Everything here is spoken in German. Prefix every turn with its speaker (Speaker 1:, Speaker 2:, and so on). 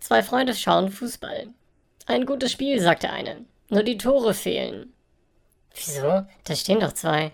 Speaker 1: Zwei Freunde schauen Fußball. Ein gutes Spiel, sagt der eine. Nur die Tore fehlen. Wieso? Da stehen doch zwei.